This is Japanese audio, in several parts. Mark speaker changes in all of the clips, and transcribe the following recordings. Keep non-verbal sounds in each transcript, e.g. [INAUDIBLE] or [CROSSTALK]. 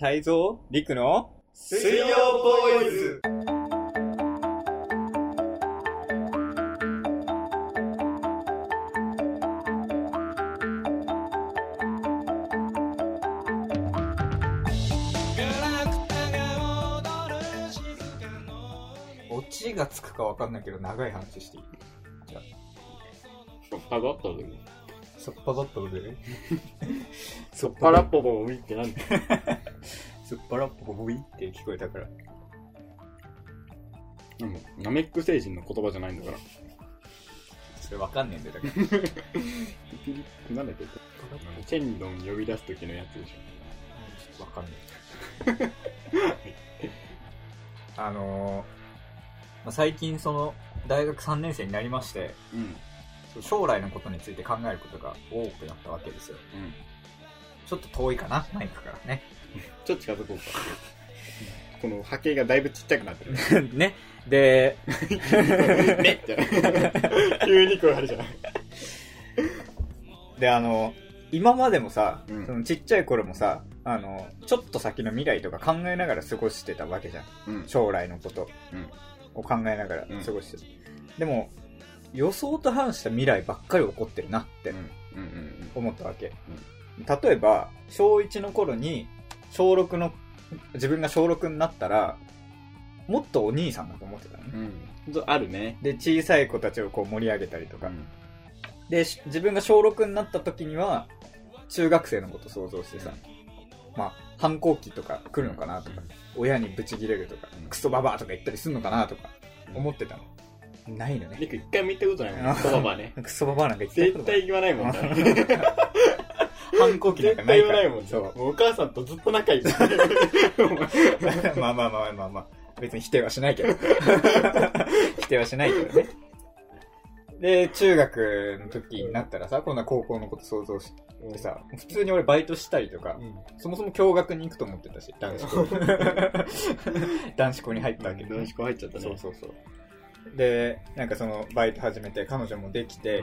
Speaker 1: 泰造陸の
Speaker 2: 水曜ボーイズ
Speaker 3: オチがつくかわかんないけど長い話していい
Speaker 2: そっぱだったのに。
Speaker 3: そっぱだったのでね
Speaker 2: そっぱらっぽぼいってなんだ
Speaker 3: すっぱらっぽぼいって聞こえたから
Speaker 2: でも、ナメック星人の言葉じゃないんだから。
Speaker 3: それわかんねえんだよだから
Speaker 2: ピリッなんだっけチェンドン呼び出す時のやつでし
Speaker 3: わかんねえあのーまあ、最近その大学3年生になりまして
Speaker 2: ょ。うん。
Speaker 3: 将来のことについて考えることが多くなったわけですよ
Speaker 2: うん。
Speaker 3: ちょっと遠いかなマイクからね
Speaker 2: ちょっと近づこうか。この波形がだいぶちっちゃくな [LAUGHS] って
Speaker 3: [LAUGHS]
Speaker 2: る。
Speaker 3: ねで
Speaker 2: ねって。急に声あるじゃん。
Speaker 3: であの今までもさ、
Speaker 2: うん
Speaker 3: そのちっちゃい頃もさあのちょっと先の未来とか考えながら過ごしてたわけじゃん
Speaker 2: うん。
Speaker 3: 将来のこと
Speaker 2: うん
Speaker 3: を考えながら過ごしてる、でも予想と反した未来ばっかり起こってるなって
Speaker 2: うんうん
Speaker 3: 思ったわけ、例えば小1の頃に小6の自分が小6になったらもっとお兄さんだと思ってたのね、
Speaker 2: うん。うん。ほんとあるね。
Speaker 3: で小さい子たちをこう盛り上げたりと
Speaker 2: う
Speaker 3: か、
Speaker 2: ん。
Speaker 3: でし自分が小6になった時には中学生のこと想像してさ、まあ反抗期とか来るのかなとか、親にブチギレるとか、
Speaker 2: うん
Speaker 3: クソババアとか言ったりするのかなとか
Speaker 2: うん
Speaker 3: 思ってたの、ないのね
Speaker 2: リク一回も言ったことないもん。言葉ね。
Speaker 3: クソババアなんか言ってた
Speaker 2: [LAUGHS] 絶
Speaker 3: こと
Speaker 2: 対言わないもんな。
Speaker 3: 反抗期なんか
Speaker 2: [LAUGHS]
Speaker 3: な
Speaker 2: 絶対
Speaker 3: い
Speaker 2: 言
Speaker 3: から
Speaker 2: わないもん。
Speaker 3: そう
Speaker 2: もうお母さんとずっと [LAUGHS] 仲いい。
Speaker 3: [LAUGHS] まあまあまあまあまあ。別に否定はしないけ
Speaker 2: [LAUGHS]
Speaker 3: ど。否定はしないけどね。で、中学の時になったらさ、今度は高校のこと想像してさ、普通に俺バイトしたりとか、
Speaker 2: うん。
Speaker 3: そもそも共学に行くと思ってたし、男子校。
Speaker 2: [LAUGHS]
Speaker 3: 男子校に入ったわけど、
Speaker 2: 男子校入っちゃったね。
Speaker 3: そうそうそう。で、なんかそのバイト始めて彼女もできて、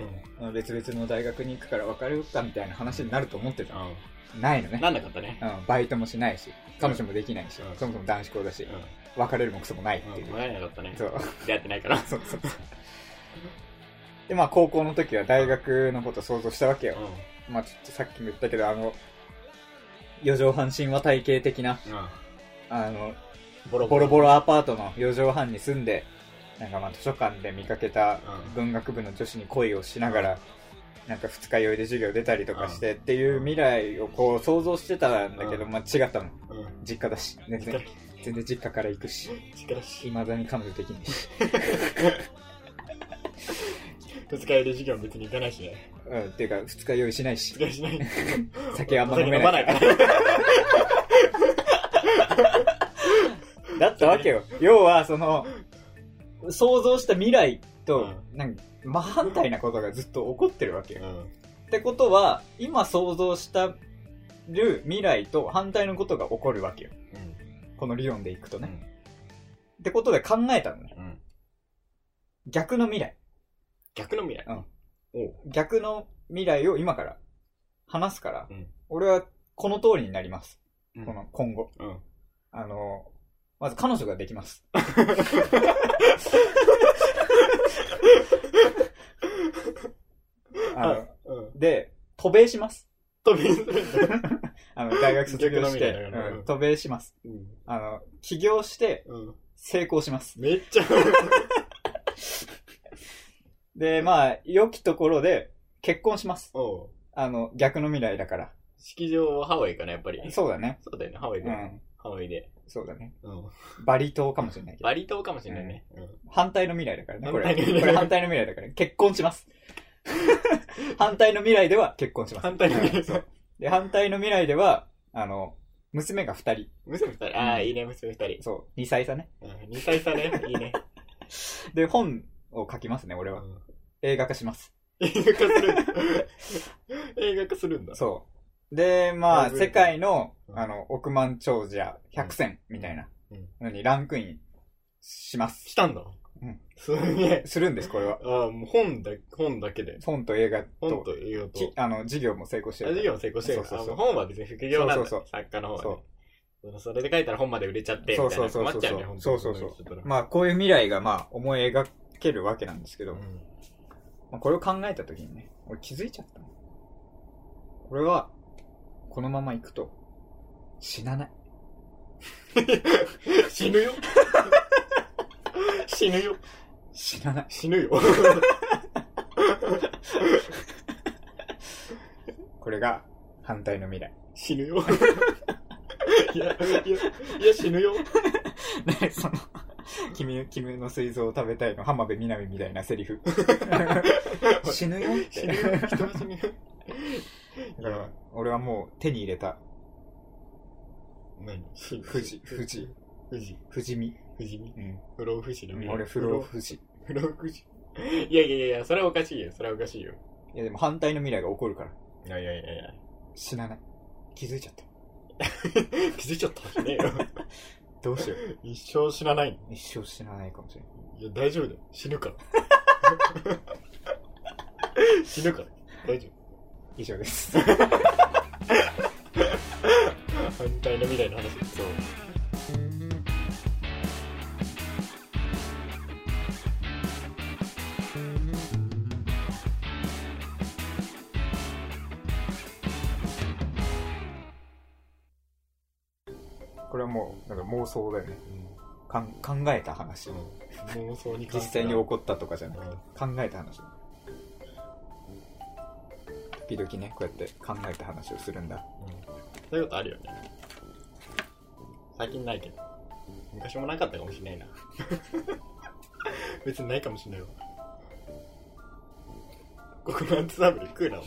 Speaker 3: 別々の大学に行くから別れようかみたいな話になると思ってたの。ないのね。
Speaker 2: なんなかったね。
Speaker 3: うん、バイトもしないし、彼女もできないし、
Speaker 2: うん
Speaker 3: そもそも男子校だし、
Speaker 2: う
Speaker 3: 別れるもクソもないってい
Speaker 2: ん。
Speaker 3: う。
Speaker 2: 前なかったね。
Speaker 3: そう。
Speaker 2: 出会ってないから。
Speaker 3: そうそうそう。で、まあ、高校の時は大学のこと想像したわけよ。
Speaker 2: う
Speaker 3: まあ、ちょっとさっきも言ったけど、あの、四畳半神話体系的な、
Speaker 2: ん。うん。
Speaker 3: あの、
Speaker 2: ボロ
Speaker 3: ボロボロアパートの四畳半に住んで、なんかまあ、図書館で見かけた
Speaker 2: うん
Speaker 3: 文学部の女子に恋をしながら、なんか二日酔いで授業出たりとかしてっていう未来をこう想像してたんだけど、
Speaker 2: う
Speaker 3: まあ違ったの。
Speaker 2: うん。
Speaker 3: 実家だし、全然。全然実家から行くし、
Speaker 2: 力し。
Speaker 3: いまだに彼女できないし。
Speaker 2: 二日酔いで授業別に行かないしね。
Speaker 3: うん、っていうか、二日酔いしないし
Speaker 2: 二、日酔いしない。
Speaker 3: 酒あんま飲めな。
Speaker 2: まないいから。
Speaker 3: だったわけよ。要は、その、想像した未来と、なんか、真反対なことがずっと起こってるわけよ。ってことは、今想像したる未来と反対のことが起こるわけよ。この理論でいくとね。ってことで考えたのね。
Speaker 2: うん。
Speaker 3: 逆の未来。
Speaker 2: 逆の未来。おう。
Speaker 3: 逆の未来を今から話すから、
Speaker 2: うん
Speaker 3: 俺はこの通りになります。
Speaker 2: うん
Speaker 3: この今後。
Speaker 2: うん。
Speaker 3: あの、まず彼女ができ
Speaker 2: [LAUGHS]
Speaker 3: ます。あの
Speaker 2: うん。
Speaker 3: で、渡米します。
Speaker 2: 飛びする。
Speaker 3: あの、大学卒業して、
Speaker 2: 逆の未来だよね
Speaker 3: うん渡米します。
Speaker 2: うん。
Speaker 3: あの、起業して
Speaker 2: うん。
Speaker 3: 成功します。
Speaker 2: めっちゃ。
Speaker 3: で、まあ、良きところで結婚します。
Speaker 2: おう。
Speaker 3: あの、逆の未来だから。
Speaker 2: 式場はハワイかな、やっぱり。
Speaker 3: そうだね。
Speaker 2: そうだよね、ハワイ
Speaker 3: う
Speaker 2: で。
Speaker 3: ん。
Speaker 2: ハワイで。
Speaker 3: そうだね。
Speaker 2: うん。
Speaker 3: バリ島かもしれないけど。
Speaker 2: バリ島かもしれないね。うん。
Speaker 3: 反対の未来だからね、これは。
Speaker 2: 反対の未来
Speaker 3: これ反対の未来だから。結婚します。 [LAUGHS] 反対の未来では結婚します。
Speaker 2: 反対の未来
Speaker 3: うんそうで、反対の未来では、あの、娘が二人。
Speaker 2: 娘二人。ああ、いいね、娘二人。
Speaker 3: そう、二歳差ね。
Speaker 2: うん。2歳差ね。いいね。
Speaker 3: で、本を書きますね、俺は。映画化します。
Speaker 2: 映画化するんだ。映画化するんだ。
Speaker 3: そう。で、ま
Speaker 2: だ
Speaker 3: あ、
Speaker 2: いぶね
Speaker 3: 世界の、
Speaker 2: うん
Speaker 3: あの、億万長者100選みたいな
Speaker 2: うん
Speaker 3: のにランクインします。
Speaker 2: 来たんだ。
Speaker 3: うん。
Speaker 2: すげえ。
Speaker 3: するんです、これは。
Speaker 2: ああ、もう本だ、本だけで。
Speaker 3: 本と映画
Speaker 2: 本
Speaker 3: と、
Speaker 2: と映画と。
Speaker 3: きあの、事業も成功して
Speaker 2: あ
Speaker 3: るから。
Speaker 2: 授業も成功してる
Speaker 3: そう
Speaker 2: か
Speaker 3: そう
Speaker 2: ら。
Speaker 3: そう
Speaker 2: あもう本は別に副業なんだ。
Speaker 3: そうそう
Speaker 2: 作家の方はね
Speaker 3: そ
Speaker 2: それで書いたら本まで売れちゃって、み
Speaker 3: そう
Speaker 2: たい
Speaker 3: そうそ
Speaker 2: な
Speaker 3: う
Speaker 2: 困
Speaker 3: そ
Speaker 2: っ
Speaker 3: う
Speaker 2: ちゃうね、本当
Speaker 3: そう
Speaker 2: に
Speaker 3: そうそう
Speaker 2: の人たら
Speaker 3: まあこういう未来がまあ思い描けるわけなんですけど、
Speaker 2: うん
Speaker 3: まあ、これを考えた時にね俺気づいちゃったのこれはこのまま行くと死なない
Speaker 2: 死ぬよ死ぬよ
Speaker 3: 死なない
Speaker 2: 死ぬよ
Speaker 3: これが反対の未来
Speaker 2: 死ぬよいや、いや、いや死ぬよ
Speaker 3: ねその君君の膵臓を食べたいの浜辺美波みたいなセリフ死ぬよっ
Speaker 2: [LAUGHS] 死ぬよ
Speaker 3: て
Speaker 2: 人は死ぬよい
Speaker 3: だから
Speaker 2: や、
Speaker 3: 俺はもう手に入れた
Speaker 2: 何
Speaker 3: 富士富士
Speaker 2: 富士
Speaker 3: 不死身、
Speaker 2: 富士見
Speaker 3: うん、
Speaker 2: 不老不死の未来
Speaker 3: 俺不老不死
Speaker 2: [LAUGHS] 不老不死いやいやいや、それはおかしいよ、それはおかしいよ
Speaker 3: いやでも反対の未来が起こるから
Speaker 2: いやいやいやいや
Speaker 3: 死なない気づいちゃった
Speaker 2: [LAUGHS] 気づいちゃったじゃねえよ
Speaker 3: どうしよう
Speaker 2: [LAUGHS] 一生死なない
Speaker 3: 一生死なないかもしれない
Speaker 2: いや、大丈夫だよ。死ぬから。 [LAUGHS] 死ぬから。大丈
Speaker 3: 以上です
Speaker 2: [LAUGHS] 夫。反対の未来の話。そう。
Speaker 3: これはもうなんか妄想だよねかん考えた話、
Speaker 2: うん。妄想に
Speaker 3: 実
Speaker 2: 関す
Speaker 3: 際
Speaker 2: る
Speaker 3: に起こったとかじゃなくて
Speaker 2: うん
Speaker 3: 考えた話時々ねこうやって考えた話をするんだ
Speaker 2: そういうことあるよね。最近ないけど。昔もなかったかもしれない [LAUGHS] な。別にないかもしれないわ。ココナッツサブレ食うな、お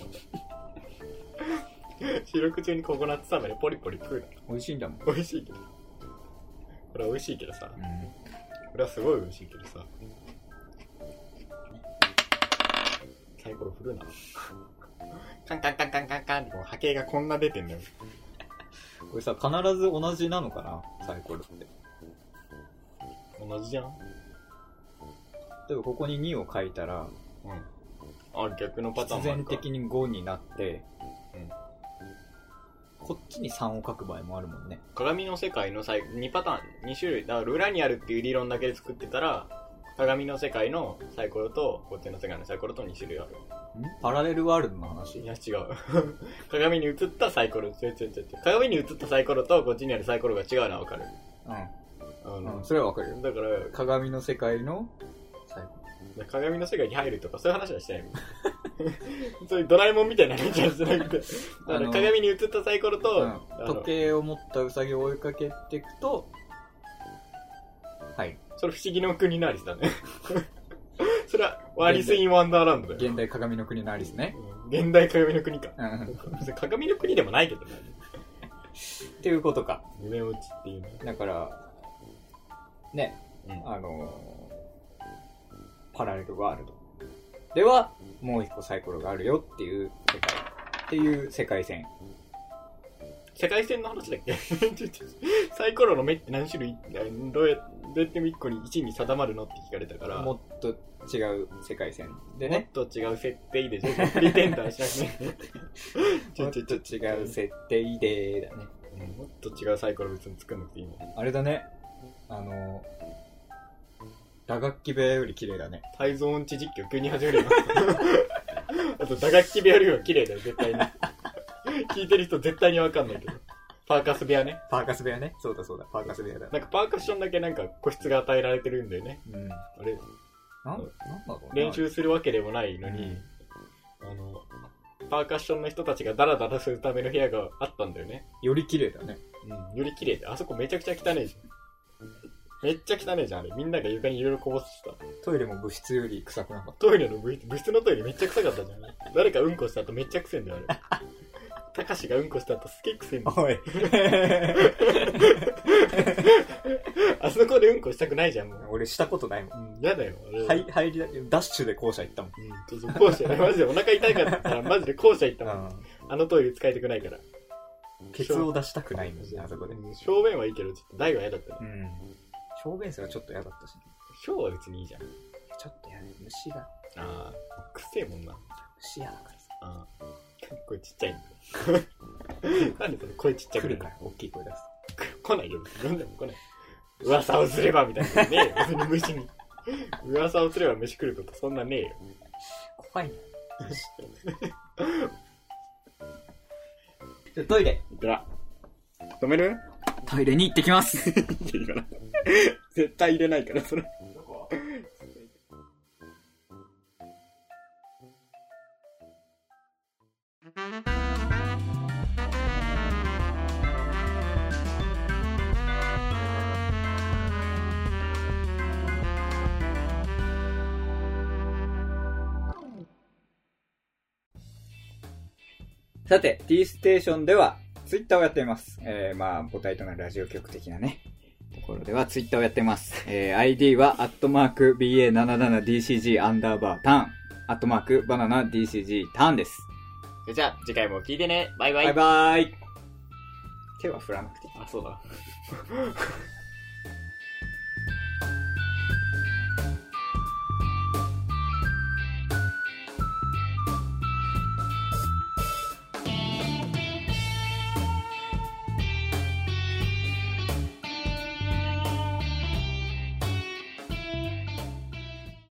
Speaker 2: 前。 [LAUGHS] 収録中にココナッツサブレポリポリ食うな。
Speaker 3: 美味しいんだもん、
Speaker 2: 美味しいけどこれは美味しいけどさこれはすごい美味しいけどさサイコロ振るなカンカンカンカンカンカンってこう波形がこんな出てんだよ
Speaker 3: これさ必ず同じなのかなサイコロって
Speaker 2: 同じじゃん
Speaker 3: 例えばここに2を書いたら
Speaker 2: うんあ逆のパター
Speaker 3: 必
Speaker 2: ンもあ
Speaker 3: 然
Speaker 2: るか
Speaker 3: 的に5になって、
Speaker 2: うん
Speaker 3: こっちに3を書く場合もあるもんね
Speaker 2: 鏡の世界の最2パターン2種類だから裏にあるっていう理論だけで作ってたら鏡の世界のサイコロとこっちの世界のサイコロと2種類ある
Speaker 3: パラレルワールドの話
Speaker 2: いや違う [LAUGHS] 鏡に映ったサイコロ違う違う違う違う鏡に映ったサイコロとこっちにあるサイコロが違うのは分かるあ
Speaker 3: うん、
Speaker 2: の、
Speaker 3: それはわかるよ
Speaker 2: だから
Speaker 3: 鏡の世界の最後
Speaker 2: 鏡の世界に入るとかそういう話はしてない [LAUGHS] そういうドラえもんみたいな話はしてなくてだか
Speaker 3: あ
Speaker 2: ら
Speaker 3: の
Speaker 2: 鏡に映ったサイコロと、
Speaker 3: うん
Speaker 2: あの
Speaker 3: 時計を持ったウサギを追いかけていくとはい
Speaker 2: それ不思議の国のアリスだね [LAUGHS] それはアリス・イン・ワンダーランドだよ
Speaker 3: 現代鏡の国のアリスね、
Speaker 2: うん現代鏡の国か
Speaker 3: うん、
Speaker 2: 別に鏡の国でもないけどね
Speaker 3: っていうことか
Speaker 2: 夢落ちっていうね
Speaker 3: だからね
Speaker 2: うん
Speaker 3: あのーパラレルワールドではもう一個サイコロがあるよっていう世界っていう世界線
Speaker 2: 世界線の話だっけ [LAUGHS] ちょちょサイコロの目って何種類あどうやどうやって1個に1に定まるのって聞かれたから
Speaker 3: もっと違う世界線でね
Speaker 2: もっと違う設定でちょっとプリテンダーしな [LAUGHS] くてち
Speaker 3: も
Speaker 2: ょ
Speaker 3: っと
Speaker 2: ちょちょ
Speaker 3: 違う設定でだね
Speaker 2: うんもっと違うサイコロ別に作んなくていいね
Speaker 3: あれだねあのー打楽器部屋より綺麗だね
Speaker 2: タイゾ音痴実況急に始めるよ [LAUGHS] あと打楽器部屋よりは綺麗だよ絶対に聞いてる人絶対に分かんないけどパーカス部屋ね
Speaker 3: パーカス部屋ねそうだそうだパーカス部屋だ
Speaker 2: なんかパーカッションだけなんか個室が与えられてるんだよね
Speaker 3: うんなん
Speaker 2: あれ
Speaker 3: なんだろうな
Speaker 2: 練習するわけでもないの
Speaker 3: う
Speaker 2: に
Speaker 3: ん、
Speaker 2: あのパーカッションの人たちがダラダラするための部屋があったんだよね
Speaker 3: より綺麗だね
Speaker 2: うん、より綺麗で。あそこめちゃくちゃ汚いじゃん。めっちゃ汚いじゃん、あれ。みんなが床にいろいろこぼしてた。
Speaker 3: トイレも部室より臭くなかっ
Speaker 2: トイレの部室、部室のトイレめっちゃ臭かったじゃん。誰かうんこした後めっちゃ臭いんだよ、
Speaker 3: [LAUGHS]
Speaker 2: あれ。たかしがうんこした後すげえ臭いんだよ
Speaker 3: たおい
Speaker 2: あそこでうんこしたくないじゃん、もう。
Speaker 3: 俺したことないもん
Speaker 2: うん、やだよ、あれ。
Speaker 3: はい、入りだけダッシュで校舎行ったもん。
Speaker 2: うん、ちょっと校舎、マジでお腹痛かったら、マジで校舎行ったもん。あのトイレ使いたくないから。
Speaker 3: ケツを出したくないんだよね、あそこで。
Speaker 2: うん正面はいいけど、ちょっと台は嫌だったね。
Speaker 3: ん。小便すらちょっと嫌だったし、ね、
Speaker 2: 小は別にいいじゃん。
Speaker 3: ちょっと嫌だね。虫が、
Speaker 2: ああ、くせえもんな。
Speaker 3: 虫嫌だからさ。 [LAUGHS]
Speaker 2: ああ、声ちっちゃいんだよ。なんでこれ声ちっちゃく
Speaker 3: 来る
Speaker 2: ない
Speaker 3: から、大きい声出す。
Speaker 2: 来ないよ。読んでも来ない。噂をすればみたいなのねえよ。別に虫に。噂をすれば虫来ることそんなねえよ。
Speaker 3: 怖いな。じゃ [LAUGHS] あトイレ。
Speaker 2: でら。止める
Speaker 3: トイレに行ってきます。
Speaker 2: いいかな。絶対入れないから、それ。
Speaker 3: [LAUGHS] さて、T ステーションでは、ツイッターをやっています。えー、まあ、母体となるラジオ局的なね、ところではツイッターをやってます。えー、ID は、アットマーク、BA77DCG アンダーバーターン、アットマーク、バナナ DCG ターンです。
Speaker 2: それじゃあ、次回も聞いてね。バイバイ。
Speaker 3: バイバイ。手は振らなくていい。
Speaker 2: あ、そうだ。